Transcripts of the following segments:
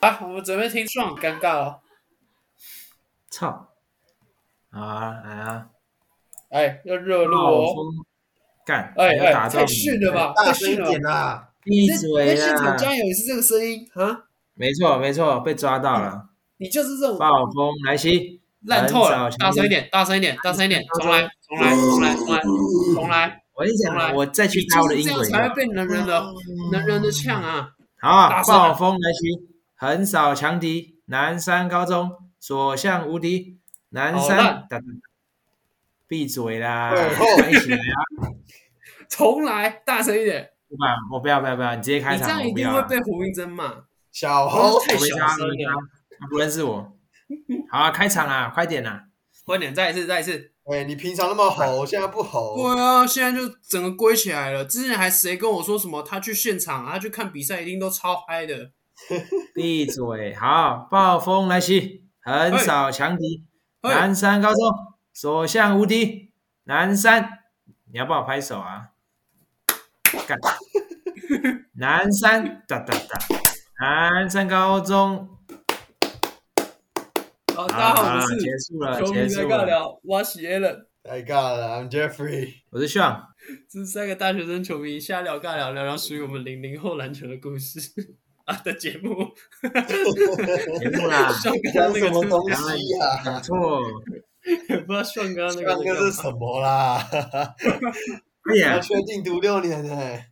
啊，我们准备听爽，尴尬哦了。操！好啊，来啊！哎，要热暴络哦。风干！哎要打哎，到太你逊了吧，太大声逊一点了。啦！啊闭嘴啊现啦场！加油也是这个声音啊，没错，没错，被抓到了！你就是这种暴风来袭！烂透很早了。前大声一点，大声一点，大声一点，重来，重来，重来，重来，重来。我跟你讲啊，我再去打就我的是这音样轨。啊才会被能人的能人的呛啊！好大，声啊暴风来袭，横扫强敌，南山高中所向无敌，南好山烂哒哒闭嘴啦！对后来起来啊！重来，大声一点，不管我不要不要不要，你直接开你这场，样我一不定要啊会了，被胡应真骂。小猴，太我没小差，声啊没差了，他不认识我。好啊，开场啊，快点啊！快点，再一次，再一次。哎，你平常那么吼，现在不吼，对啊，现在就整个归起来了。之前还谁跟我说什么他去现场，啊他去看比赛，一定都超嗨的。闭嘴！好，暴风来袭，横扫强敌，嘿南山高中所向无敌。南山，你要帮我拍手啊！ 干！南山，哒哒哒，南山高中。好，好哦大家好，我了们结是束了，球迷结在束尬了。聊，我是 a l 太尬了，I'm Jeffrey。我是炫，这是三个大学生球迷瞎聊尬聊，聊聊属于我们零零后篮球的故事 啊的节目。节目 ，啦像刚刚讲那什个么东真的西呀、讲错，不知道像刚刚那刚个刚在那干是嘛什么啦？快点我！确定读六年欸呢、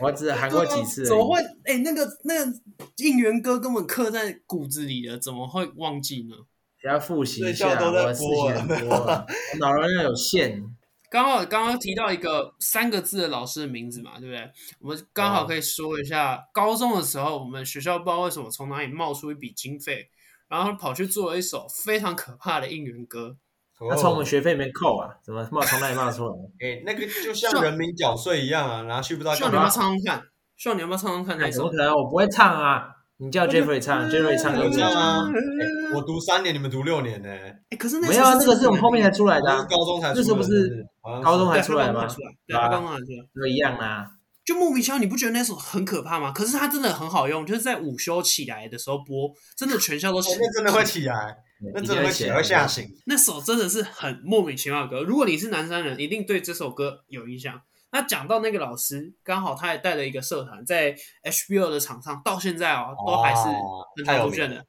我只喊过几次而已，怎么会？哎、那个那个应援歌根本刻在骨子里了，怎么会忘记呢？不要复习一睡下，觉都在我事情很多啊，我脑容量 有限。刚好刚刚提到一个三个字的老师的名字嘛，对不对？我们刚好可以说一下，高中的时候，我们学校不知道为什么从哪里冒出一笔经费，然后跑去做了一首非常可怕的应援歌。他从我们学费里面扣啊，怎么冒从哪里冒出来？哎、哦那个就像像人民缴税一样啊，拿去不知道希望干你要不要。嘛唱唱看，希望你要不要唱唱看那哎那怎首么可？能？哎我不会唱啊！你叫 Jeffrey 唱，Jeffrey 唱就有知这样道。吗哎我读三年，你们读六年呢、哎，可是那没有啊，这这个是我们后面才出来的那啊是，高中才出那的，时候不是好像是高中才对出来他刚吗刚？出来，对，他刚刚出来。都一样啊啦。就莫名其妙，你不觉得那首很可怕吗？可是它真的很好用，就是在午休起来的时候播，真的全校都起哎那真的会起来，那真的会起来，会吓醒。那首真的是很莫名其妙的歌。如果你是南山人，一定对这首歌有印象。那讲到那个老师，刚好他也带了一个社团，在 HBO 的场上，到现在哦，都还是哦很太有常出名现了的，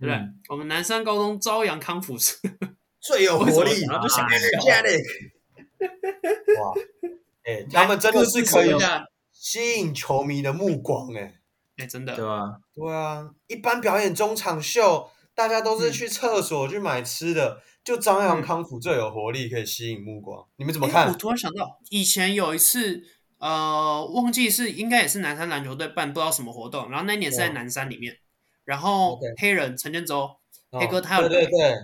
对不对？我们南山高中朝阳康复 社，最有为什活么力啊讲到就想，energetic。哇， 哎、他们真的是可以来各自说一下吸引球迷的目光哎、哎，真对的，吧？对啊，一般表演中场秀，大家都是嗯去厕所去买吃的，就张扬嗯康复最有活力，可以吸引目光。你们怎么哎，我看？突然想到，以前有一次，呃，忘记是应该也是南山篮球队办不知道什么活动，然后那一年是在哇南山里面，然后 OK 黑人陈建州，哦哎黑哥他有对对对，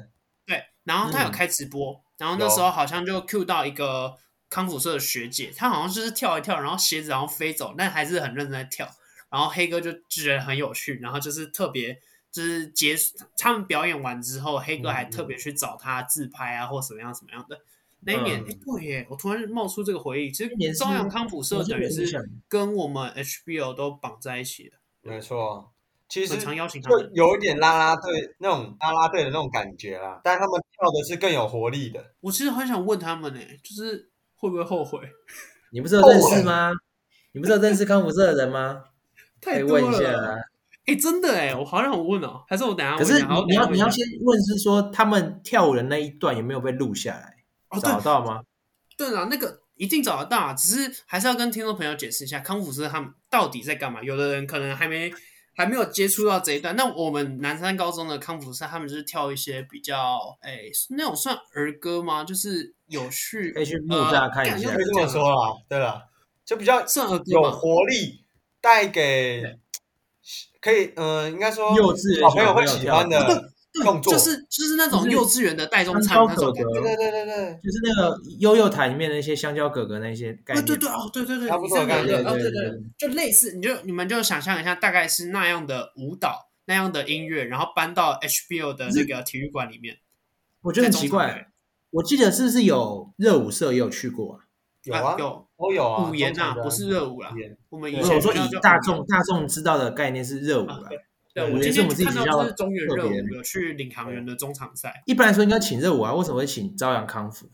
对，然后他有嗯开直播，然后那时候好像就 Q 到一个康复社的学姐，她好像就是跳一跳，然后鞋子然后飞走，但还是很认真在跳。然后黑哥就觉得很有趣，然后就是特别就是结束他们表演完之后，黑嗯哥还特别去找他自拍啊，或什么样什么样的。那一年，嗯哎、对耶，我突然冒出这个回忆，其那年实是朝阳康复社等于我是有是印象跟我们 HBO 都绑在一起的，没错。其实很常邀请他就们。有一点啦啦队那种啦啦队的那种感觉啦，但他们跳的是更有活力的。我其实很想问他们呢，就是会不会后悔？你不是有认识吗？你不是有认识康复社的人吗？可太以多问了。一下啊。哎、真的哎，我好想问哦，还是我等一下可问一是下？好你你要你要我等一下问一下先问是说他们跳舞的那一段有没有被录下来？哦，找对到吗？对啦，那个一定找得到啊，只是还是要跟听众朋友解释一下康复师他们到底在干嘛。有的人可能还没还没有接触到这一段。那我们南山高中的康复师他们就是跳一些比较哎、那种算儿歌吗？就是有趣可，以去木栅看呃一下干可以这么说啦，对啦，就比较算儿歌有吗？活力，带给可以，嗯、应该说幼稚园小朋友会小朋喜友欢跳 的动作，就是就是那种就是幼稚园的带中餐香那种蕉哥感觉。哥，对对对对对， 就是那个悠悠台里面的那些香蕉哥哥那些概对念。对对，哦，对对对，差不你多这的个概对念哦对对对对，就类似，你就你们就想象一下，大概是那样的舞蹈，那样的音乐，然后搬到 HBO 的那个体育馆里面，我觉得很在中奇场怪对，我记得是不是有热舞社也有去过啊？有啊，有都有啊，五言呐呐，，不是热舞啦五。言我们以不前是我说叫以叫大五众言，大众知道的概念是热舞啦。啊对五我言今是我们自己天看学校到就是中原特热舞别有去领航员的中场赛，一般来说应该请热舞啊，为什么会请朝阳康复？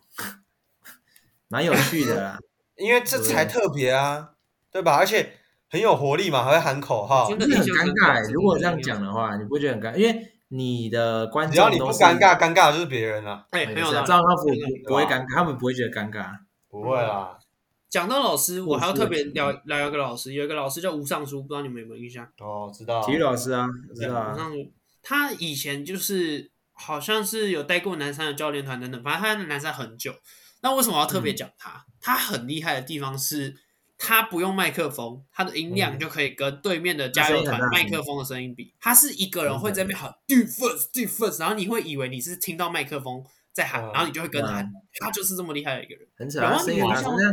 蛮有趣的 啦。因为这才特别啊，对吧？而且很有活力嘛，还会喊口号真，这的哦很印象尴深刻尬、真欸。的如果这样讲的话，你不会觉得很尴尬？因为你的观只要众你不都是尴，尬，尴尬的就是别人啊，哎，很有啊是道啊理朝。阳康复真的不不会尴尬，他们不会觉得尴尬。不会啦。讲到老师，我还要我是特别聊聊一个老师，有一个老师叫吴尚书，不知道你们有没有印象？哦，知道啊，体育老师啊，我知道吴啊，尚书，他以前就是好像是有带过南山的教练团等等，反正他在南山很久。那为什么我要特别讲他？他很厉害的地方是，他不用麦克风，他的音量嗯就可以跟对面的加油团他声音很大麦克风的声音比。他是一个人会在那边喊 defense defense，然后你会以为你是听到麦克风在喊，嗯然后你就会跟着喊。他就是这么厉害的一个人。啊很扯有啊，啊声你音很大好像声。那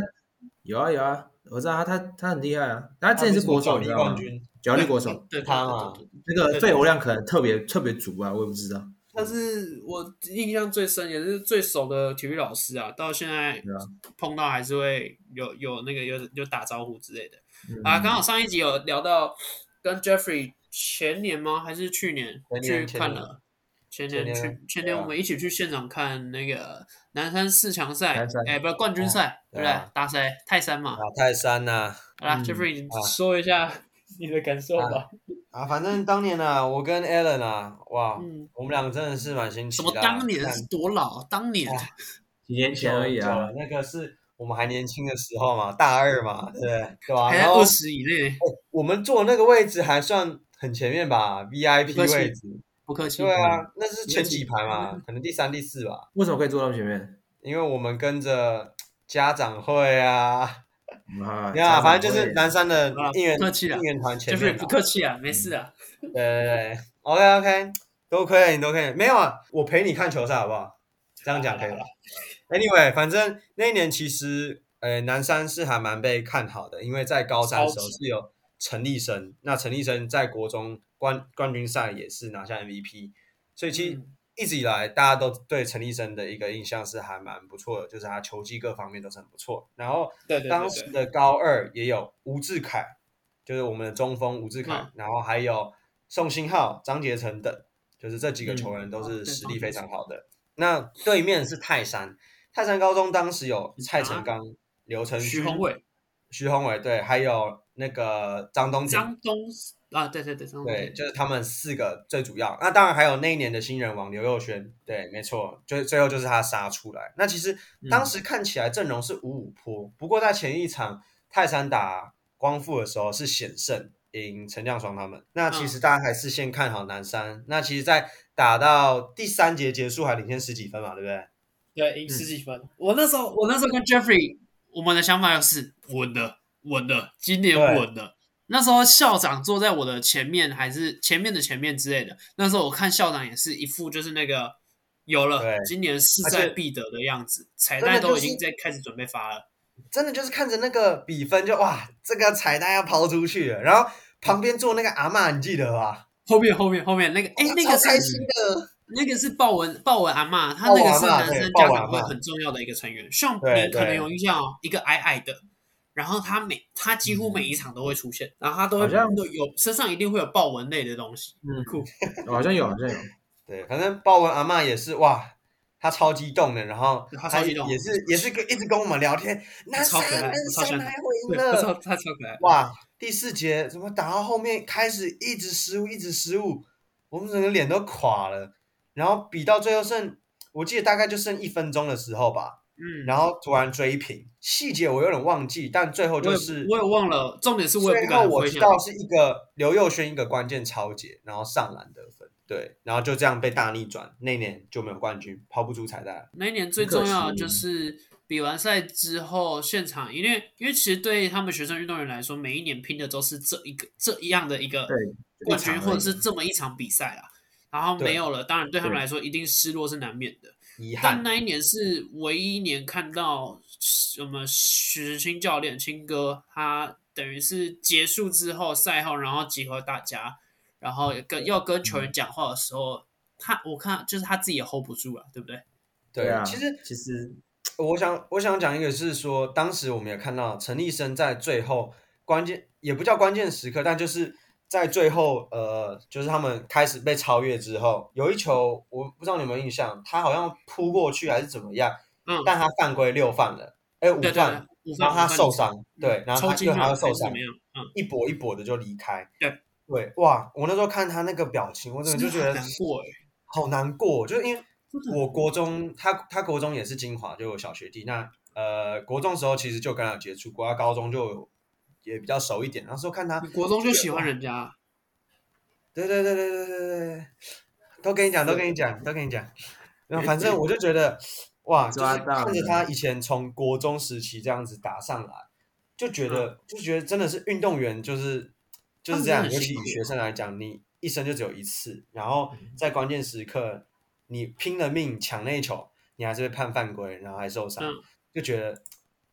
有啊有啊，我知道他他他很厉害啊，他他之前是国手，不你是知什道吗么小？力冠军，脚力国手，对，对他嘛对对对对那个肺活量可能特别特别足啊，我也不知道。但是我印象最深也是最熟的体育老师啊，到现在对啊碰到还是会有有那个有有打招呼之类的嗯啊。刚好上一集有聊到跟 Jeffrey 前年吗？还是去年前去年看了？前年年去前对年啊我们一起去现场看那个南山四强赛南山，哎，不是冠军赛，对对不啊对？打谁？泰山嘛。啊，泰山呐，好啦嗯，Jeffrey 啊说一下你的感受吧。啊，反正当年啊，我跟 Alan 啊，哇，嗯，我们两个真的是蛮新奇什的么啊。当年但是多老？啊当年哎几年前而已久啊了，那个是我们还年轻的时候嘛，大二嘛，对不对？对吧、还在然后二十以内，我们坐那个位置还算很前面吧不客，VIP 气位置。不客气。对啊，那是前几排嘛，可能第三、第四吧，为什么可以坐到前面？因为我们跟着家长会啊，啊，对啊，家长反正就是会南山的啊应援不客气啦应援团前就是面啊。不客气啊，没事啊。对对对，OK OK，多亏了你，多亏了你。没有啊，我陪你看球赛好不好？这样讲可以吧？Anyway，反正那一年其实，呃，南山是还蛮被看好的，因为在高三的时候超级是有陈立生，那陈立生在国中冠冠军赛也是拿下 MVP，所以其实嗯一直以来大家都对陈立生的一个印象是还蛮不错的，就是他球技各方面都是很不错。然后对对当对时对，的高二也有吴志凯，就是我们的中锋吴志凯，嗯然后还有宋新浩、张杰成等，就是这几个球员都嗯是实力对非常好的。那对面是泰山，泰山高中当时有蔡成刚、刘成啊徐勋宏、伟、徐宏伟，对，还有那个张东廷，张东啊，对对对，张东嗯对，对就是他们四个最主要。那当然还有那一年的新人王刘佑轩，对，没错，就最后就是他杀出来。那其实当嗯时看起来阵容是五五坡，不过在前一场泰山打光复的时候是险胜赢陈亮双他们。那其嗯实大家还是先看好南山。那其实，在打到第三节结束还领先十几分嘛，对不对？对，赢十几分。我那时候我那时候跟 Jeffrey，我们的想法就是稳的稳的，今年对稳的。那时候校长坐在我的前面，还是前面的前面之类的。那时候我看校长也是一副就是那个有了对今年势而在且必得的样子，彩真的蛋就都已是经在开始准备发了。真的就是看着那个比分就哇，这个彩蛋要抛出去了。然后旁边坐那个阿嬷，你记得吧？后面后面后面那个，哎，那哇个超是开心的。那个是豹纹豹纹阿嬷，她豹那纹个阿是嬷男对生豹家纹长会阿嬷很重要的一个成员。像对你可能对有印象哦，一个矮矮的，然后他每他几乎每一场都会出现，然后他都会好像有有身上一定会有豹纹类的东西。嗯酷，哦好像有，好像呃有。对，反正豹纹阿嬷也是哇，她超激动的，然后她超激动也是也是跟一直跟我们聊天，南超山可爱南我超喜山欢来对，回赢他超了，他超可爱。哇，第四节怎么打到后面开始一直失误，一直失误，我们整个脸都垮了，然后比到最后剩，我记得大概就剩一分钟的时候吧，嗯，然后突然追平，细节我有点忘记，但最后我就也是我也忘了，重点是我也最不后敢啊我回知想。道是一个刘佑轩一个关键超节，然后上篮得分，对，然后就这样被大逆转，那年就没有冠军，抛不出彩带了。那一年最重要的就是比完赛之后现场，因为因为其实对他们学生运动员来说，每一年拼的都是这一个这一样的一个对冠一军场而已或者是这么一场比赛啦。然后没有了，当然对他们来说一定失落是难免的。遗但憾，那一年是唯一一年看到什么许清教练清哥，他等于是结束之后赛后，然后集合大家，然后跟要跟球嗯员讲话的时候，他我看就是他自己也 hold 不住了，对不对？对啊，其实其实我想我想讲一个是说，当时我们也看到陈立生在最后关键也不叫关键时刻，但就是在最后呃，就是他们开始被超越之后，有一球我不知道你有没有印象，他好像扑过去还是怎么样，嗯，但他犯规六犯了，哎五对对犯，对，五分然后他受，伤，对，然嗯后抽他筋就了他还又是受伤怎么，样？嗯，一跛一跛的就离开。对对，哇！我那时候看他那个表情，我整个就觉真的很得难过哎，好难过，就是因为真的很我国中，他他国中也是金华，就有小学弟。那呃，国中时候其实就跟他有接触过，他高中就有也比较熟一点。那时候看他，你国中就喜欢人家，啊对对对对对对对对，都跟你讲，都跟你讲，都跟你讲。那反正我就觉得，哇，就抓是到看着了他以前从国中时期这样子打上来，就觉得就觉得真的是运动员就是嗯他们就是这真的样，很尤其辛以苦嗯学生来讲，你一生就只有一次，然后在关键时刻你拼了命抢那一球，你还是被判犯规，然后还受伤，嗯就觉得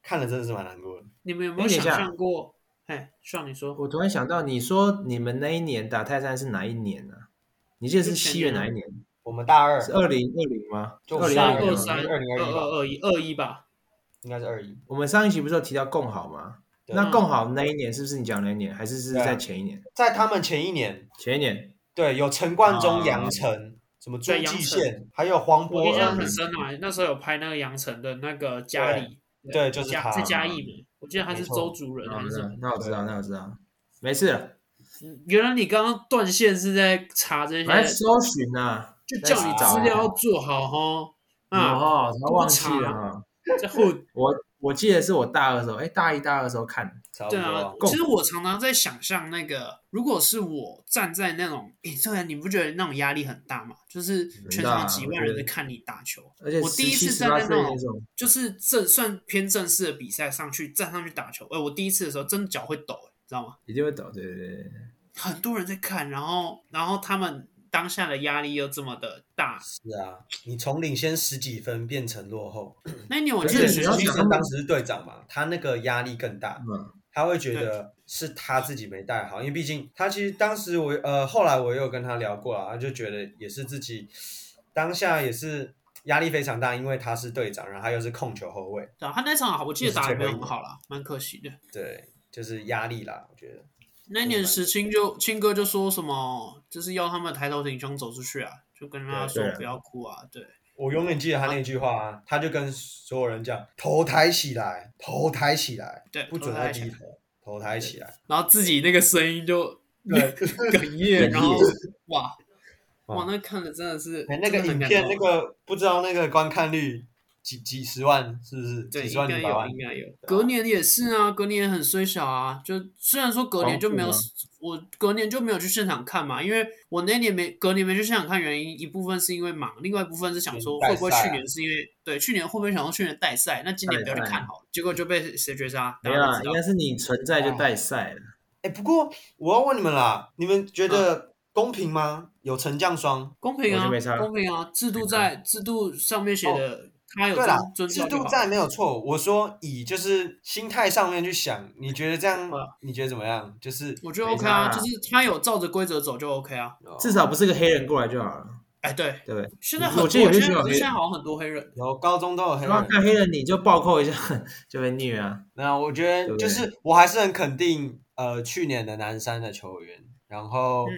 看了真的是蛮难过的。你们有没有等一想下象过？哎，像你说，我突然想到，你说你们那一年打泰山是哪一年呢、啊？你记得是七月啊哪一年？我们大二是二零二零吗？就二零上三一二二个零。三2021吧二二一二一吧，应该是二一，我们上一期不是有提到共好吗？对啊那共好那一年是不是你讲那一年，还是是在前一年？在他们前一年，前一年对，有陈冠中、啊杨晨，什么朱对继杨宪，还有黄我博印象恩很，深啊，那时候有拍那个杨丞的那个家里，对，就是嘉他。是嘉义嘛，我记得他是没错周族人那还是我知什道么，？那我知道，那我知道，没事了，原来你刚刚断线是在查这些，哎来搜寻啊呐，就叫你资料啊要做好哦。嗯啊，哦，他忘记了哈。在后我我记得是我大二的时候，哎，大一大二的时候看的，差不对多啊啊，，够其实我常常在想象那个，如果是我站在那种，诶对啊，你不觉得那种压力很大吗？就是全啊场几万人在看你打球，而且我第一次17站在18那种岁种，就是正算偏正式的比赛上去站上去打球，哎、我第一次的时候真的脚会抖、诶知道吗？一定会抖，对对对对，很多人在看，然后然后他们当下的压力又这么的大，是啊，你从领先十几分变成落后，那你有而记且得你学要弟其想实他们当时是队长嘛，他那个压力更大，嗯，他会觉得是他自己没带好，因为毕竟他其实当时我呃后来我也有跟他聊过啊，他就觉得也是自己当下也是压力非常大，因为他是队长，然后他又是控球后卫，对啊，他那场好我记得打的没有很好啦，蛮可惜的。对，就是压力啦，我觉得。那年时青就青哥就说什么，就是要他们抬头挺胸走出去啊，就跟他说对对啊不要哭啊，对，我永远记得他那句话啊，他就跟所有人讲：头抬起来，头抬起来，对不准头抬再起来低头，头抬起来。然后自己那个声音就哽咽， 哽咽然后哇哇哇，那看的真的是哎，那个真的很影感片动那个不知道那个观看率几几十万是不是？对几十应万该几百有万？应该有，隔年也是啊，隔年也很虽小啊，就虽然说隔年就没有黄我隔年就没有去现场看嘛，因为我那年没隔年没去现场看，原因一部分是因为忙，另外一部分是想说会代赛啊不会去年是因为对去年会不会想要去年代赛，那今年不要去看好了，结果就被谁绝杀？没大有家啦，都应知道该是你存在就带赛了，哎，不过我要问你们啦，你们嗯觉得公平吗？有沉降霜？公平我啊就没差，公平啊，制度在制度上面写的，他有对啦尊，尊制重就度好。在没有错。我说以就是心态上面去想，你觉得这样对啊，你觉得怎么样？就是我觉得没 OK 啊，差啊就是他有照着规则走就 OK 啊。至少不是个黑人过来就好了，哎，对，对不对？现在很多，我记得有些现在学校现在黑人好像很多黑人，有高中都有黑然后人。看黑人你就暴扣一下就被虐啊，那我觉对得不就对是我还是很肯定呃去年的南山的球员，然后、嗯，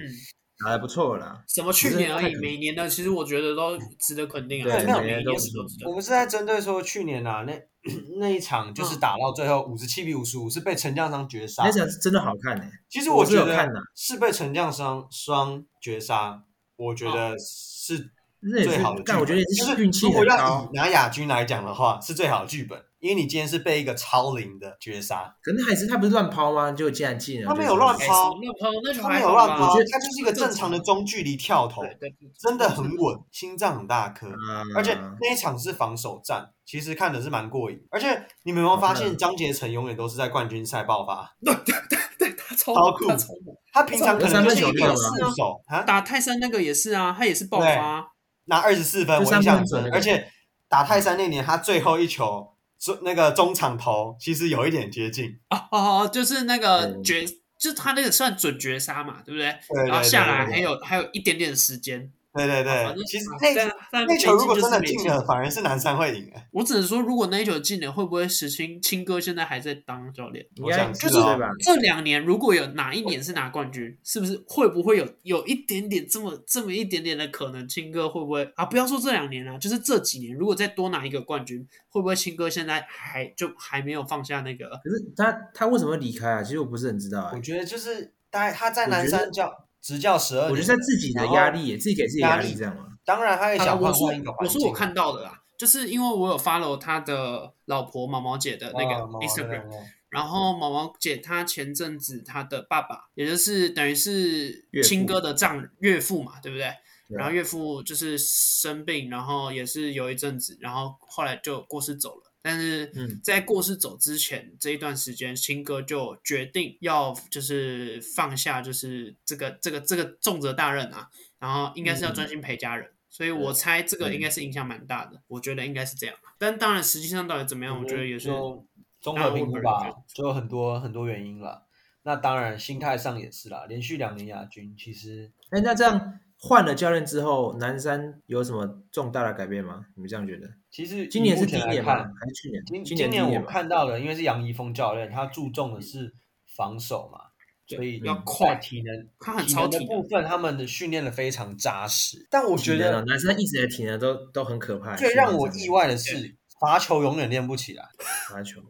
打得不错了啦，什么去年而不是已，看每年的其实我觉得都值得肯定啊，对每每年年都是不错都值我得。们是在针对说去年啊那 那一场就是打到最后五十七比五十五是被陈将商绝杀嗯那，场是真的好看呢，其实我是觉有看的得是被陈将商双绝杀，我觉得是那也最是好的，剧但我觉得本。也就是运气如果很要高以，拿亚军来讲的话，是最好的剧本，因为你今天是被一个超龄的绝杀，可能还是他不是乱抛吗？就竟然进了，他没就有是乱哎，抛什么乱抛那就他还没有好乱啦抛，我觉得他就是一个正常的中距离跳投，对对对，真的很稳，心脏很大颗。啊，而且那一场是防守战，其实看的是蛮过瘾。而且你们有没有发现，张杰成永远都是在冠军赛爆发？对对对对，他超超酷他超猛他平常可能就是一个副手啊，打泰山那个也是啊，他也是爆发啊，拿二十四分，就我印三分象很准深。那个而且打泰山那年，他最后一球中那个中场投，其实有一点接近。哦哦，哦就是那个嗯绝，就他那个算准绝杀嘛，对不对？对对然后下来还对对对有还有一点点时间，对对对反，正其实啊那但但那球如果真的没进进就是没了，反而是南山会赢。哎我只能说，如果那一球进了，会不会石青青哥现在还在当教练？应该就是对吧？这两年如果有哪一年是拿冠军，是不是会不会有有一点点这么这么一点点的可能？青哥会不会啊？不要说这两年啊，就是这几年，如果再多拿一个冠军，会不会青哥现在还就还没有放下那个？可是他他为什么会离开啊？其实我不是很知道哎、我觉得就是大概他在我觉南得山教执教十二我觉得年，在自己的压力，自己给自己的压力这样嘛。当然他也好啦想我换说换一个环我说境。啊我看到的啦，就是因为我有 follow 他的老婆毛毛姐的那个啊毛毛 Instagram，、对对对然后毛毛姐她前阵子她的爸爸，也就是等于是岳父亲哥的丈人岳父嘛，对不对？对啊然后岳父就是生病，然后也是有一阵子，然后后来就过世走了。但是嗯在过世走之前这一段时间，亲哥就决定要就是放下，就是这个这个这个重责大任啊，然后应该嗯是要专心陪家人。所以我猜这个应该是影响蛮大的，我觉得应该是这样。啊但当然，实际上到底怎么样，我觉得也是就综合评当然我本估人觉吧，就有很多很多原因啦。那当然，心态上也是啦。连续两年亚军，其实哎、那这样换了教练之后，南山有什么重大的改变吗？你们这样觉得？其实今年以是第目前一来年吗？看，还是去年？今今今第一年年嗯我吧看到了，因为是杨一峰教练，他注重的是防守嘛，所以嗯要在快体能。他很体超能的体部分，他们的训练的非常扎实，但我觉体能哦得南山一直的体能都都很可怕。最去年让我真的意外的是，罚球永远练不起来。罚球，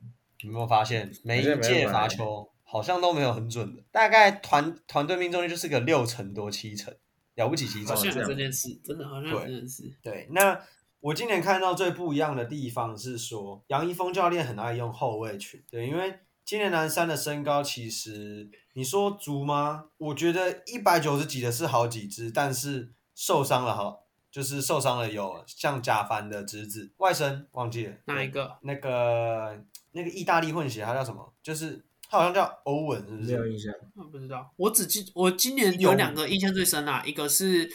你有没有发现，每好像一没届有吧罚球好像都没有很准的，大概团团队命中率就是个六成多七成，了不起七好哦。成像有这样这件事，真的好像有这件事。对，那我今年看到最不一样的地方是说，杨一峰教练很爱用后卫群，对，因为今年南山的身高其实你说足吗？我觉得一百九十几的是好几只，但是受伤了好，就是受伤了有像贾凡的侄子外甥忘记了哪对一个？那个那个意大利混血，他叫什么？就是他好像叫欧文，是不没有是？印象。我不知道，我只记我今年有两个印象最深啦、一个是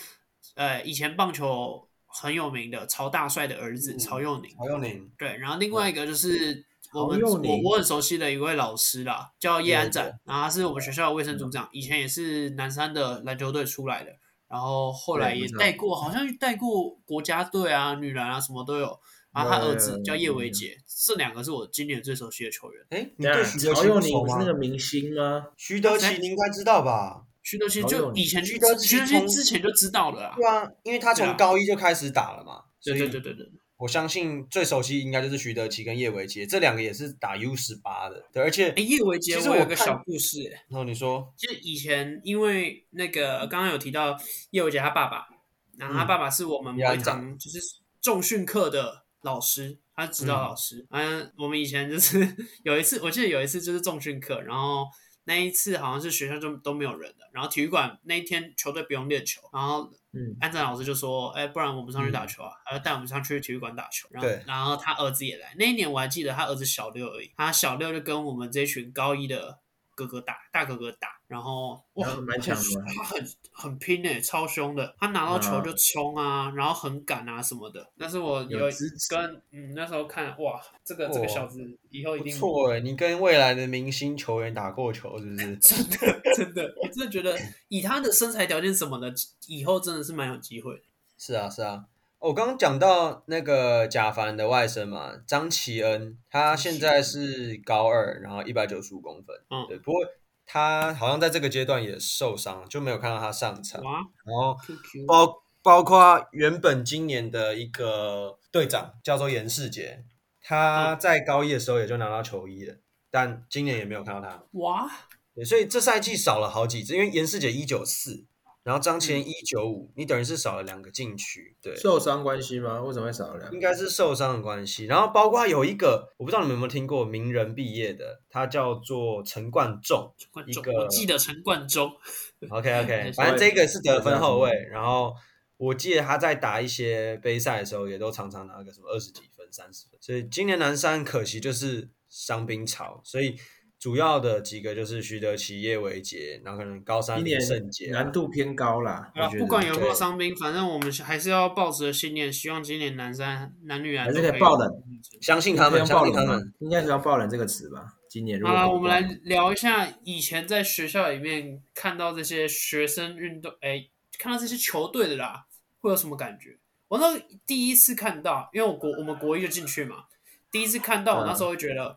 呃以前棒球很有名的曹大帅的儿子嗯曹佑宁，曹佑宁，对，然后另外一个就是我们曹佑我宁我很熟悉的一位老师啦，叫叶安对展，然后他是我们学校的卫嗯生组长，以前也是南山的篮球队出来的，然后后来对也我知道带过，好像带过国家队啊、女篮啊什么都有。然后他儿子叫叶维杰，这两个是我今年最熟悉的球员。哎，你当对然，徐德啊曹奇佑不宁熟不是那吗个？明星吗？徐德奇你应该知道吧？徐德熙好有就名以前徐德熙徐德熙从之前就知道了啊。对啊，因为他对从啊高一就开始打了嘛，对啊对所以对对对，我相信最熟悉应该就是徐德奇跟叶维杰这两个也是打 U 十八的，对，而且哎，叶维杰，其实我有我个看小故事、欸，然后你说就是以前因为那个刚刚有提到叶维杰他爸爸，然后他嗯爸爸是我们叶安某一堂就是重训课的老师，他指导老师。嗯、我们以前就是 有一次，我记得有一次就是重训课，然后那一次好像是学校就都没有人的，然后体育馆那一天球队不用练球，然后嗯，安展老师就说：“哎、不然我们上去打球啊！”他就带我们上去体育馆打球。然后对，然后他儿子也来。那一年我还记得，他儿子小六而已。他小六就跟我们这群高一的哥哥打，大哥哥打。然后哇然后，蛮强的很他很很拼诶、超凶的。他拿到球就冲啊，然后很敢啊什么的。但是我有有支持跟嗯那时候看哇，这个这个哇小子以后一不定错哎，你跟未来的明星球员打过球是不真是？的 真的，我真的觉得以他的身材条件什么的，以后真的是蛮有机会的。是啊，是啊。哦我刚刚讲到那个贾凡的外甥嘛，张奇恩，他现在是高二，然后一百九十五公分。嗯对，不过他好像在这个阶段也受伤了，就没有看到他上场。哇然后，QQ。包包括原本今年的一个队长叫做严世杰，嗯他在高一的时候也就拿到球衣了，但今年也没有看到他。哇，对，所以这赛季少了好几支，因为严世杰一九四，然后张奇嗯恩一九五，你等于是少了两个禁区。对，受伤关系吗？为什么会少了两应个？该是受伤的关系。然后包括有一个，我不知道你们有没有听过名人毕业的，他叫做陈冠仲。陈冠一中，个我记得陈冠中， OK 嗯 OK，反正这个是得分后我卫。然后我记得他在打一些杯赛的时候，也都常常拿个什么二十几分、三十分。所以今年南山可惜就是伤兵潮，所以主要的几个就是徐德奇、叶维杰，然后可能高山今林年圣杰啊、难度偏高啦，啊，我觉得不管有没有对伤兵，反正我们还是要抱持着信念，希望今年男三男女篮还是都可以以爆冷相信他应该们，用相爆信他冷吧们。，应该是用爆冷这个词吧？今年如好果了，我们来聊一下以前在学校里面看到这些学生运动，哎，看到这些球队的啦，会有什么感觉？我那时候第一次看到，因为我国我们国一就进去嘛，第一次看到，我那时候会觉得、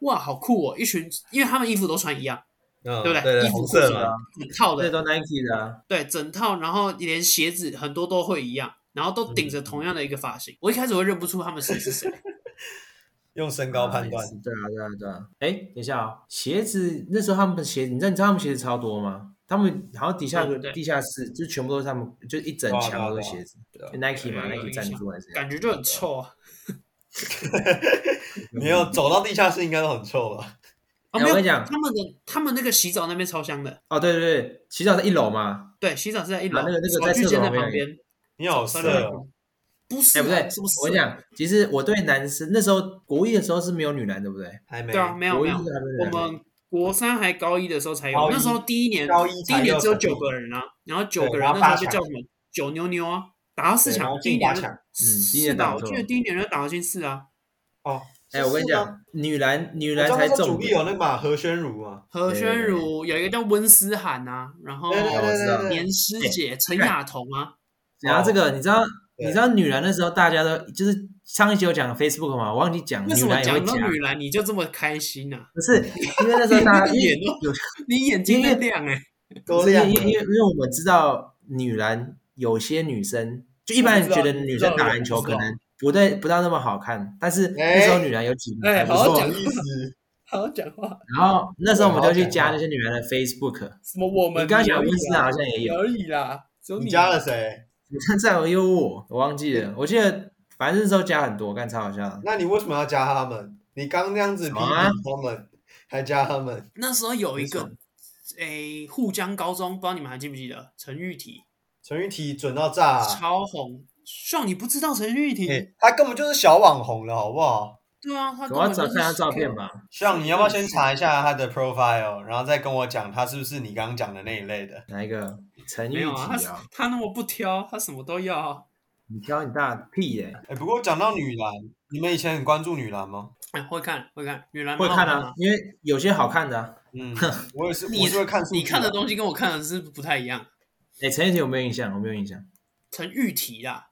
哇，好酷哦！一群，因为他们衣服都穿一样，嗯，对不啊对？衣服红裤色子嘛，整套这的，都 Nike 的啊，对，整套，然后连鞋子很多都会一样，然后都顶着嗯同样的一个发型。我一开始会认不出他们谁是谁， 用身高判断啊也。是对啊，对啊，对啊。哎，等一下哦，鞋子那时候他们的鞋子，你知道你知道他们鞋子超多吗？他们好像底下有嗯对地下室，就全部都是他们，就一整对啊墙都对是啊鞋子对啊就，Nike 嘛对有，Nike 印赞象助还是怎样感觉就很臭啊！没有走到地下室应该都很臭吧？哦，哎没我有，跟你讲他们的他们那个洗澡那边超香的，哦，对对对，洗澡在一楼嘛，对，洗澡是在一楼，啊那个那个小在巨厕所间的旁边啊旁边，你好三色六哦，六不是哎啊不对是不是？我跟你讲，其实我对男生那时候国一的时候是没有女篮，对不对？还没对啊，没有国没一有是，还没有我女篮。们国三还高一的时候才有高，一那时候第一年高一第一才年六只有强九个人啊，然后九对个人然后那八时候就强叫什么九妞妞啊，打到四对然强后，第一进年八就强嗯第一是年吧？打我不记错得第一年就打到进四啊，哦。哎，我跟你是吗，讲，女篮女我篮知道才他重主哦力有点。那个嘛何宣如嘛，何对宣如有一个叫温思涵啊，然后对对我知道对对对，年师姐陈雅彤啊，然后这个你知哦道，对你知道女篮那时候大家都就是上一集有讲 Facebook 嘛，我忘记讲为什女么篮也会讲到讲，女篮你就这么开心啊？不是因为那时候 大你那家个因为眼都有你眼睛因为在亮哎，都不是因亮为了因为因为因为我们知道女篮有些女生，就一般人觉得女生打篮球可能不对不到那么好看，但是那时候女篮有几个还哎不好好错。讲什么意思，好好讲话，然后那时候我们就去好加好讲话那些女篮的 Facebook，什么我我们刚刚你讲而已温斯啦好像也有，而已啦，只有你你啊加了谁？你看在我优我，我忘记了，我记得反正那时候加很多，干超好笑的。那你为什么要加他们？你刚那样子批评啊他们，还加他们？那时候有一没个，诶，沪江高中，不知道你们还记不记得陈玉婷，陈玉提准到炸啊、超红。像你不知道陈玉婷？哎欸他根本就是小网红了，好不好？对啊，他根我要本找就是看他照片。吧。 像你要不要先查一下他的 profile，然后再跟我讲他是不是你刚刚讲的那一类的？哪一个？陈玉没琪有啊，他啊？他那么不挑，他什么都要啊。你高你大屁耶、哎、不过讲到女篮，你们以前很关注女篮吗？哎，会看会看，女篮会蛮好看啊啊，。因为有些好看的、啊。 嗯，我也是，你我是会看数据啊你看的东西跟我看的是不太一样。哎、陈玉琪有没有印象？我没有印象。陈玉婷啊，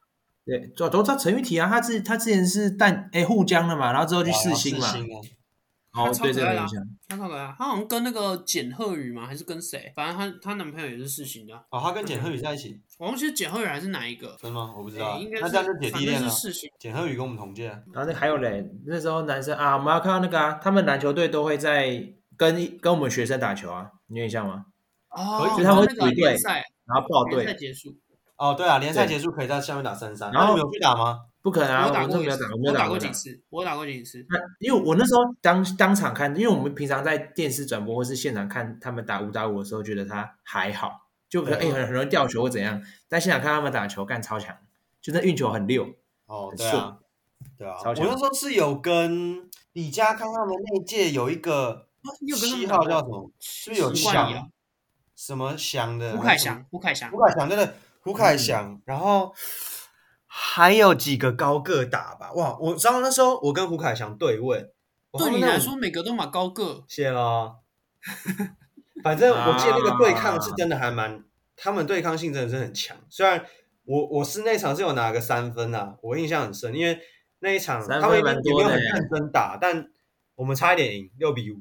对，都都知道陈玉琪啊，他之他之前是淡哎沪江的嘛，然后之后去世新嘛，啊啊哦他，超对这可个爱没的啊印象。她那个啊，她好像跟那个简鹤宇嘛，还是跟谁？反正她她男朋友也是世新的啊，哦，他跟简鹤宇在一起，我忘记是简鹤宇还是哪一个。真的吗？我不知道啊。哎，应该那是这样就姐弟恋啊反正。了是世新。简鹤宇跟我们同届啊，然后那还有嘞，那时候男生啊，我们要看到那个啊，他们篮球队都会在跟跟我们学生打球啊，你有印象吗？哦，可以他会那个组队联赛然后报联赛队，结束，哦，对啊，联赛结束可以在下面打三三。然后那你们有去打吗？不可能啊，我打们都过没一有次打，，没我有打过过几。次，我打过几次。那因为我那时候当当场看，因为我们平常在电视转播或是现场看他们打五打五的时候，觉得他还好，就可能哎、对很很容易掉球或怎样，但现场看他们打球干超强，就那运球很溜。哦很，对顺啊，对啊。超我强那时候是有跟李佳康他们那一届有一个啊你有跟他七们号打叫过什么？是习有惯一翔啊，什么翔的？胡凯翔，胡凯翔胡，凯翔真的，胡嗯凯翔，然后还有几个高个打吧。哇，我知道那时候我跟胡凯翔对位，我对他们你那来种说每个都蛮高个，谢咯。 反正我记得那个对抗是真的还蛮，他们对抗性真的是很强。虽然我我是那场是有拿个三分啊，我印象很深，因为那一场三分他们也蛮没多有的很耶认真打，但我们差一点赢六比五。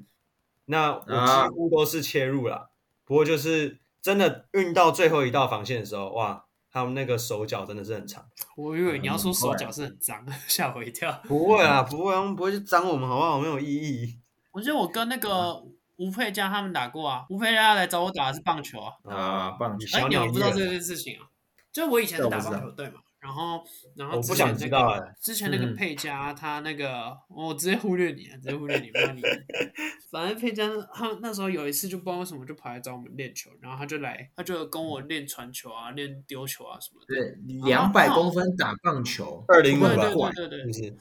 那我啊几乎都是切入啦，不过就是真的运到最后一道防线的时候，哇，他们那个手脚真的是很长。我以为你要说嗯手怪脚是很脏，吓我一跳。不会 啊，不会，他们不会去脏我们，好不好？没有意义。我记得我跟那个吴佩嘉他们打过啊，吴佩嘉来找我打的是棒球啊，啊棒球哎，小你鸟们依不知道人这件事情啊？就我以前是这我打不知棒道球队嘛，然后然后我之不前想那知个道哎之前那个嗯佩佳他那个我直接忽略你啊，直接忽略你，不知道 你。反正佩佳他那时候有一次就不知道为什么就跑来找我们练球，然后他就来他就跟我练传球啊，练丢球啊什么的。对，两百公分打棒球， 205不对会对很怪对对对就，是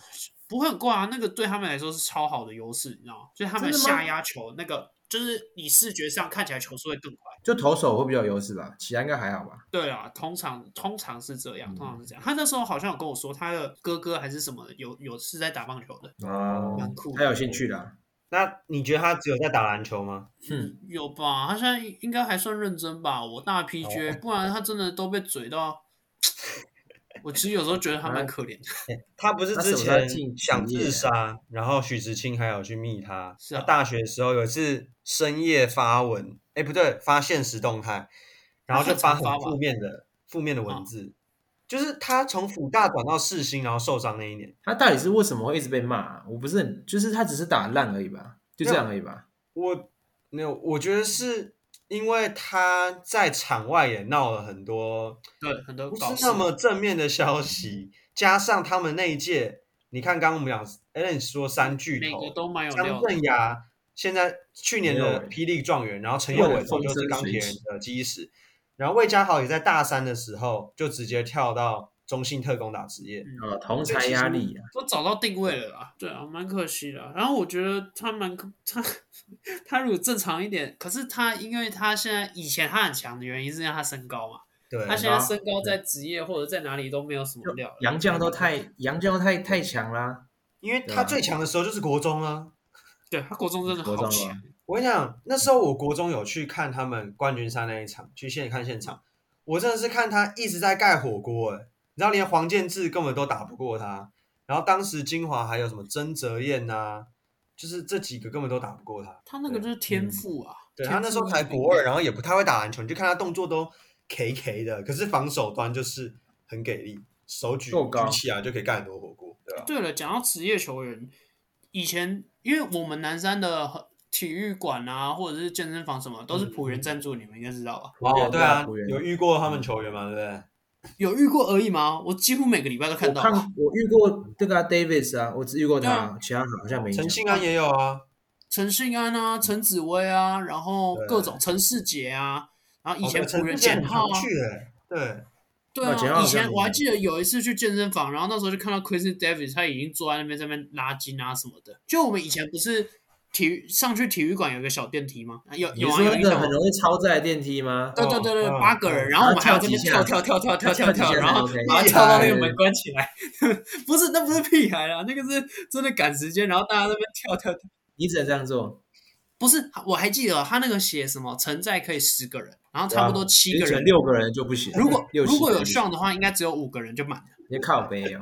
不会很挂啊，那个对他们来说是超好的优势，你知道吗？就是他们真的吗下压球那个，就是你视觉上看起来球速会更快。就投手会比较有优势吧，其他应该还好吧。对啊，通常通常是这样，嗯通常是这样。他那时候好像有跟我说，他的哥哥还是什么的有有是在打棒球的，哦蛮酷的他有兴趣啦。那你觉得他只有在打篮球吗？嗯，有吧？他现哦 在应该还算认真吧？我大 PJ，、不然他真的都被嘴到，我其实有时候觉得他蛮可怜的。他不是那之什么时候前进想职业啊自杀，然后许知清还有去密他。是啊他大学的时候有一次深夜发文，哎，不对，发现实动态，然后就发他很常发很吧负面的负面的哦文字，就是他从辅大转到世新，然后受伤那一年。他到底是为什么会一直被骂啊？我不是很，就是他只是打烂而已吧，就这样而已吧。我没有，我觉得是因为他在场外也闹了很多对，很多不是搞事那么正面的消息，加上他们那一届，你看刚刚我们讲 a l 说三巨每个头，都蛮有料张的。镇雅现在去年没有欸的霹雳状元，然后陈宥有伟点早就风是生钢水铁起人的基石，然后魏家豪也在大三的时候就直接跳到中信特工打职业，嗯呃，同才压力啊，都找到定位了啦，对啊，蛮可惜的啊。然后我觉得他蛮可他他如果正常一点，可是他因为他现在以前他很强的原因是因为他身高嘛，对，他现在身高在职业或者在哪里都没有什么料了。杨绛都太杨绛太太强啦。因为对他啊最强的时候就是国中啊。对他国中真的国中好啊强，我跟你讲，那时候我国中有去看他们冠军赛那一场，去现看现场，我真的是看他一直在盖火锅，哎，你知道连黄建志根本都打不过他，然后当时金华还有什么曾泽燕呐、就是这几个根本都打不过他。他那个就是天赋啊。对天他赋那时候异才禀国二，然后也不太会打篮球，你就看他动作都 K K 的，可是防守端就是很给力，手举够高举起来就可以盖很多火锅，嗯对吧？对了，啊讲到职业球员，以前因为我们南山的体育馆啊，或者是健身房什么，嗯都是浦原赞助，你们应该知道吧？哦，对啊浦，原有遇过他们球员嘛，对不对？有遇过而已吗？我几乎每个礼拜都看我到。啊看我遇过这个啊 Davis 啊，我只遇过对他啊，其他好像没印象。陈信安也有啊，陈信安啊，陈紫薇啊，然后对各种陈世杰啊，然后以前哦对陈浦原志健简很浩常啊去，哎，对，对哦简浩啊，好以像前我还有记得有一次去健身房，然后那时候就看到 Chris Davis 他已经坐在那边在那边拉筋啊什么的。就我们以前不是体育上去体育馆有个小电梯吗？啊有你有是啊说有那印个象吗很？容易哦超载的电梯吗？对对对对，嗯八个人，哦然后我们还要这边跳跳跳跳 啊跳跳跳，然后把它跳到那个门关起来， 不是那不是屁孩啊，那个是真的赶时间，然后大家在那边跳跳跳。你只能这样做，不是，我还记得他那个写什么承载可以十个人，然后差不多七个你只能人。啊六个人就不行。如果 六七如果个有人就上的话，应该只有五个人就满了。你靠背哦，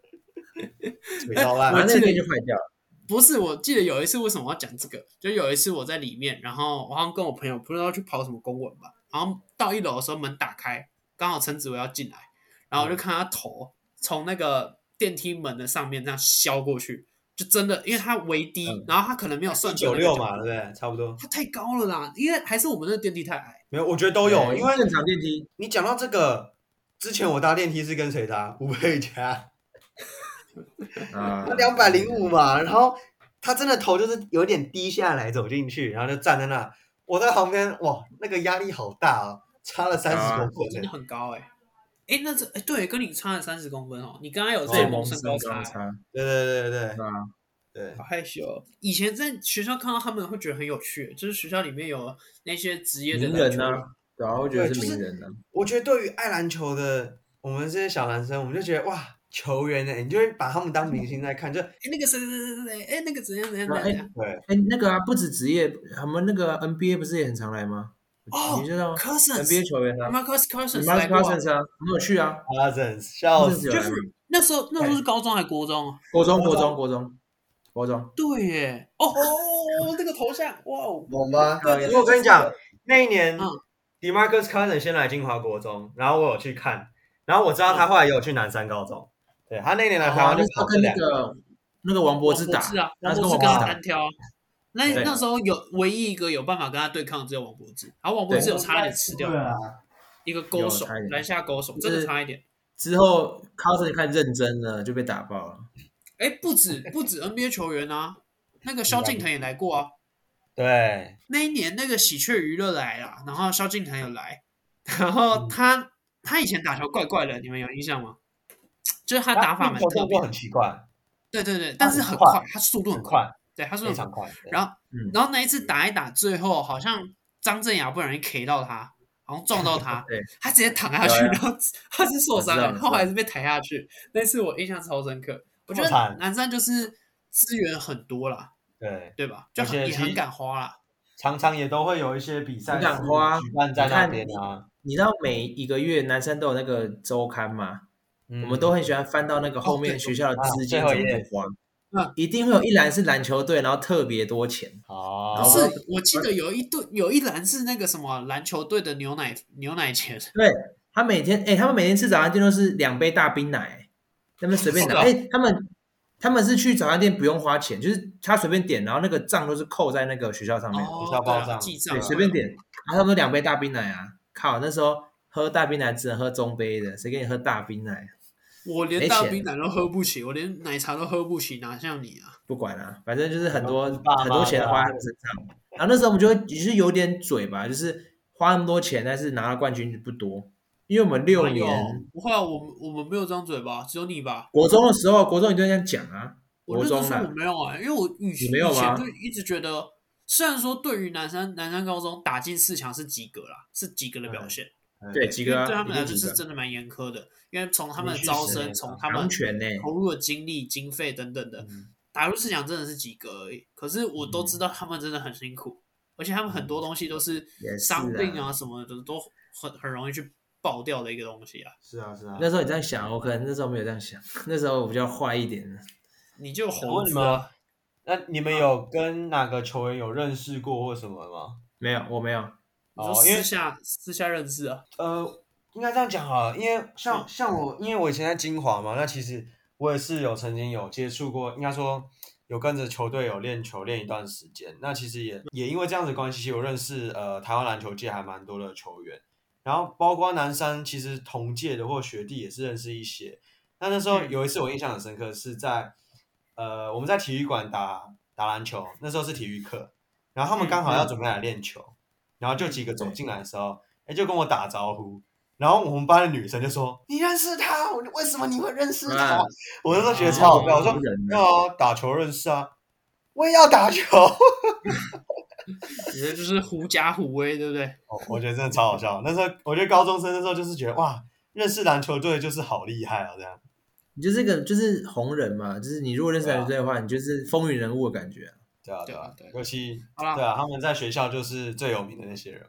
腿超烂我我那记得个就坏掉了。不是，我记得有一次为什么要讲这个，就有一次我在里面，然后我好像跟我朋友不知道去跑什么公文吧，然后到一楼的时候门打开，刚好陈子维要进来，然后嗯我就看他头从那个电梯门的上面这样削过去，就真的因为他微低，嗯然后他可能没有算九准六那个角嘛，对不对？差不多。他太高了啦，因为还是我们那个电梯太矮，没有，我觉得都有，对因为正常电梯你讲到这个，之前我搭电梯是跟谁搭？吴佩嘉， 啊他，两百零五嘛，然后他真的头就是有点低下来走进去，然后就站在那，我在旁边，哇，那个压力好大啊，差了三啊十多真分的欸。很高哎、欸。哎，那是哎，对，跟你差了三十公分哦。你刚刚有最说萌萌身身高高差，差，对对对对对啊，对好害羞哦。以前在学校看到他们会觉得很有趣，就是学校里面有那些职业的名篮人球呐，对啊，我觉得是名人呐。我觉得对于爱篮球的我们这些小男生，我们就觉得哇，球员呢、你就会把他们当明星在看，就哎，那个谁谁谁谁谁，哎，那个怎样怎样那怎样。哎对哎，那个啊，不止职业，我们那个 NBA 不是也很常来吗？哦你知道吗 Cousins，Marcus NBA 球员啊 Cousins 来过 m 啊， c 啊，很有趣啊， Cousins 笑就是死有就来是那时候那哎时候是高中还国中啊？国中国中国中国中，对耶，哦 哦，那个头像，哇哦，我吗对我跟你讲，那一年嗯 Demarcus Cousins 先来金华国中，然后我有去看，然后我知道嗯他后来也有去南山高中。对他那年来台啊，湾哦那就时候跑这跟那两个那个王柏芝打王，柏啊，他王是柏跟芝我跟们他打单挑啊。那对那时候有唯一一个有办法跟他对抗的只有王柏芝，然后王柏对芝有差点吃掉对啊，一个勾手有差一点，篮下勾手，就真的是差一点。之后 cos 你看认真了就被打爆了，哎，不止不止 NBA 球员啊，那个萧敬腾也来过啊。对，那一年那个喜鹊娱乐来啦，然后萧敬腾有来，然后嗯他、他以前打球怪怪的，你们有印象吗？就是他打法蛮特动别作的很，奇怪，对对对，但是很快快，他速度很很快，快，对，他速度很非常快。快。对然后嗯，然后那一次打一打，最后好像张镇雅不小心 K 到他，好像撞到他对，他直接躺下去，有有然后他是受伤我知道的，我知道后来是被抬下去。那次我印象超深刻，我觉这么得惨南山就是资源很多啦，对，对吧？就而且很也其实很敢花啦。常常也都会有一些比赛很敢花举办在那边你啊。你知道每一个月南山都有那个周刊吗？嗯我们都很喜欢翻到那个后哦对面学校的资金啊怎么最后一页花嗯，一定会有一栏是篮球队，然后特别多钱。好不然后是，我呃记得有一队有一栏是那个什么篮球队的牛奶牛奶钱，对他每天，哎、他们每天吃早餐店都是两杯大冰奶、他们随便拿。是啊哎、他们他们是去早餐店不用花钱，就是他随便点，然后那个账都是扣在那个学校上面的，哦，学校对啊报账记账对，啊，随便点。然后他们都两杯大冰奶啊，靠，那时候喝大冰奶只能喝中杯的，谁给你喝大冰奶？啊我连没大钱冰奶都喝不起，我连奶茶都喝不起，哪像你啊？不管了、反正就是很多爸妈很多钱花在他们身上。然后那时候我们就会也是有点嘴吧，就是花那么多钱，但是拿了冠军不多，因为我们六哪有年不会啊，我们我们没有张嘴吧？只有你吧？国中的时候，国中你就这样讲啊，我国那时候中说我啊，没有啊，因为我以前你没有以前吗就一直觉得，虽然说对于南山南山高中打进四强是及格啦，是及格的表嗯现，对几因个为哎啊，对他们来一说定几是个真的蛮严苛的，因为从他们的连续招十生，年从啊他们强权呢、投入的精力、经费等等的，嗯打入四强真的是及格而已。可是我都嗯知道他们真的很辛苦，而且他们很多东西都是也是伤病啊啊什么的都很很容易去爆掉的一个东西啊。是啊是啊。那时候你这样想，我可能那时候没有这样想， 那时候我比较坏一点。你就猴问你子们啊，啊，那你们有跟哪个球员有认识过或什么吗？没有，我没有。你说哦因为私下私下认识啊，呃，应该这样讲好了，因为像嗯像我，因为我以前在金华嘛，那其实我也是有曾经有接触过，应该说有跟着球队有练球练一段时间。那其实也也因为这样子的关系，我认识呃台湾篮球界还蛮多的球员，然后包括南山，其实同届的或学弟也是认识一些。那那时候嗯有一次我印象很深刻，是在呃我们在体育馆打打篮球，那时候是体育课，然后他们刚好要准备来练球，然后就几个走进来的时候，哎、就跟我打招呼，然后我们班的女生就说：“你认识他？我为什么你会认识他？”啊 我那时候觉得超好笑，我啊说无人：“没啊有啊，打球认识啊，我也要打球。 哦你这就是狐假虎威，对不对？哦”我觉得真的超好笑。那时候我觉得高中生那时候就是觉得哇，认识篮球队就是好厉害啊，这样。你就是一个就是红人嘛，就是你如果认识篮球队的话，你就是风云人物的感觉啊、对啊，对啊啊对啊，尤其好啦对啊，他们在学校就是最有名的那些人。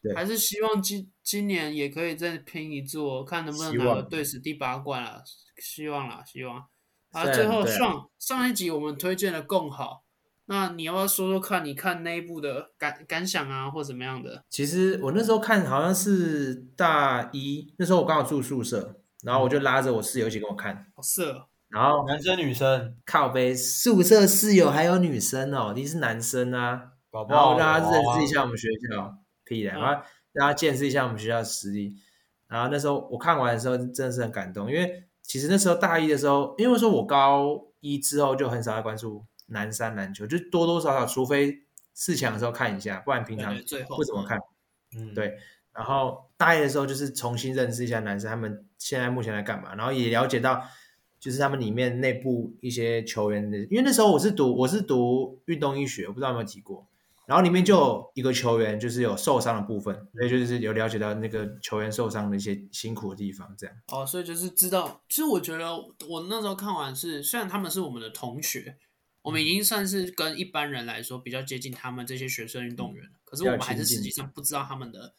对还是希望今今年也可以再拼一座，看能不能希拿望个队史第八冠啊！希望啦，希望。啊，虽然最后对啊上、上一集我们推荐了更好，那你要不要说说看？你看那一部的感感想啊，或怎么样的？其实我那时候看好像是大一，那时候我刚好住宿舍，然后我就拉着我室友一起跟我看，好色哦，然后男生女生，靠背宿舍室友还有女生哦，你是男生啊，搞不然后好让他有啊认识一下我们学校，屁的，嗯然后让他见识一下我们学校的实力。然后那时候我看完的时候真的是很感动，因为其实那时候大一的时候，因为说我高一之后就很少在关注南山篮球，就多多少少，除非四强的时候看一下，不然平对常对，最后不怎么看。嗯，对然后大一的时候就是重新认识一下男生他们现在目前在干嘛，然后也了解到就是他们里面内部一些球员的，因为那时候我是读我是读运动医学，我不知道有没有提过，然后里面就有一个球员就是有受伤的部分，所以就是有了解到那个球员受伤的一些辛苦的地方，这样哦，所以就是知道，其实我觉得我那时候看完是，虽然他们是我们的同学，我们已嗯经算是跟一般人来说比较接近他们这些学生运嗯动员了，可是我们还是实际上不知道他们的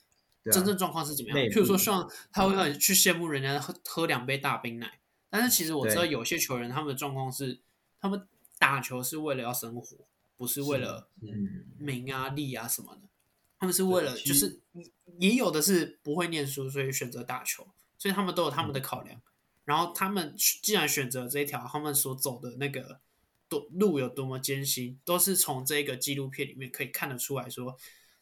对啊真正状况是怎么样。内譬如说，部嗯像他会让你去羡慕人家喝喝两杯大冰奶，但是其实我知道对有些球员他们的状况是，他们打球是为了要生活，不是为了嗯，名啊、利啊什么的，他们是为了对就其是也有的是不会念书，所以选择打球，所以他们都有嗯他们的考量。然后他们既然选择这一条，他们所走的那个多路有多么艰辛，都是从这个纪录片里面可以看得出来说。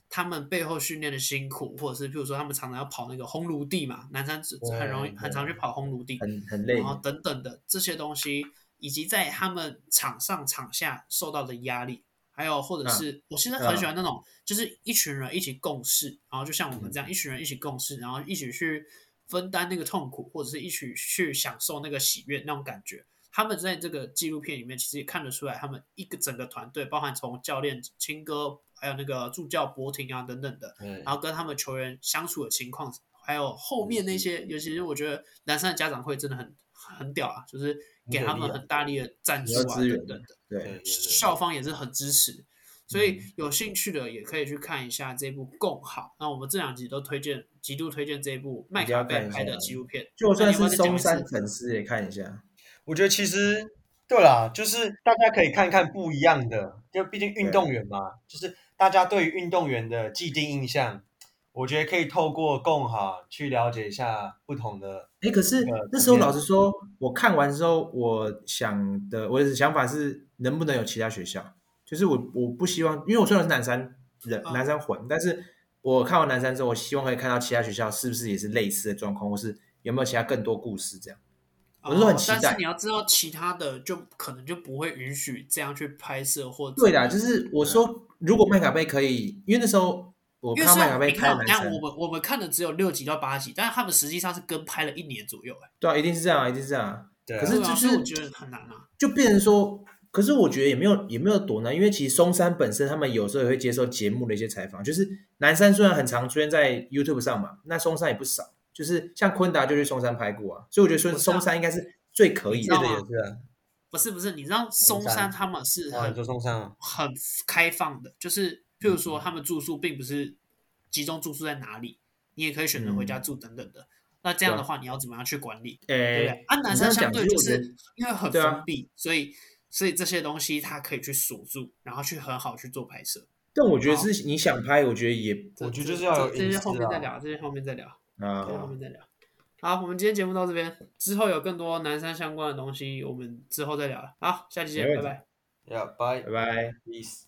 他们背后训练的辛苦，或者是譬如说他们常常要跑那个烘炉地嘛，南山只很容易对很常去跑烘炉地，很很累然，后等等的这些东西，以及在他们场上场下受到的压力，还有或者嗯是、我现在很喜欢那种，就是一群人一起共事，然后就像我们这嗯样，一群人一起共事，然后一起去分担那个痛苦，或者是一起去享受那个喜悦那种感觉。他们在这个纪录片里面，其实也看得出来，他们一个整个团队，包含从教练青哥，还有那个助教博廷啊等等的，对然后跟他们球员相处的情况，还有后面嗯那些，尤其是我觉得南山的家长会真的很很屌啊，就是给他们很大力的赞助很有啊资源等等的，对对嗯对对校方也是很支持。所以有兴趣的也可以去看一下这部《共好》。那我们这两集都推荐，极度推荐这部麦卡贝拍的纪录片。啊就算那是你要不要松再讲一山次粉丝也看一下。我觉得其实对啦，就是大家可以看看不一样的，就毕竟运动员嘛，就是大家对于运动员的既定印象，我觉得可以透过共好去了解一下不同的。哎，可是啊呃那时候怎么老样实说，我看完之后，我想的我的想法是，能不能有其他学校？就是我我不希望，因为我虽然是南山人，嗯南山混，但是我看完南山之后，我希望可以看到其他学校是不是也是类似的状况，或是有没有其他更多故事这样。哦我是很期但待是你要知道，其他的就可能就不会允许这样去拍摄或对的，啊啦，就是我说，如果麦卡贝可以，因为那时候我啊因看为虽到麦卡然贝你开看南，但山我，们我们看的只有六集到八集，但是他们实际上是跟拍了一年左右、哎，对啊，一定是这样啊，一定是这样啊。对啊可是对啊就所以是我觉得很难啊。就变成说，可是我觉得也没有也没有多难，因为其实松山本身他们有时候也会接受节目的一些采访，就是南山虽然很常出现在 YouTube 上嘛，那松山也不少，就是像昆达就去松山拍过啊，所以我觉得松我知道松山应该是最可以你知的道这个吗也是啊，不是不是，你知道松山他们是哦哇，很你说松山啊，很开放的，就是譬如嗯说他们住宿并不是集中住宿在哪里，你也可以选择回嗯家住等等的。那这样的话，你要怎么样去管理，对不诶对？啊，南山啊哎你这相样讲对就其实我觉得是因为很对啊封闭，所以所以这些东西它可以去锁住，然后去很好去做拍摄。但我觉得是你想拍，我觉得也这我觉得这就是要有这这隐些私后面再啊聊，这些后面再聊，这些后啊，面再聊。好，我们今天节目到这边，之后有更多南山相关的东西，我们之后再聊了。好，下期见，没拜问题拜。 Yeah, bye. 拜拜。 Peace.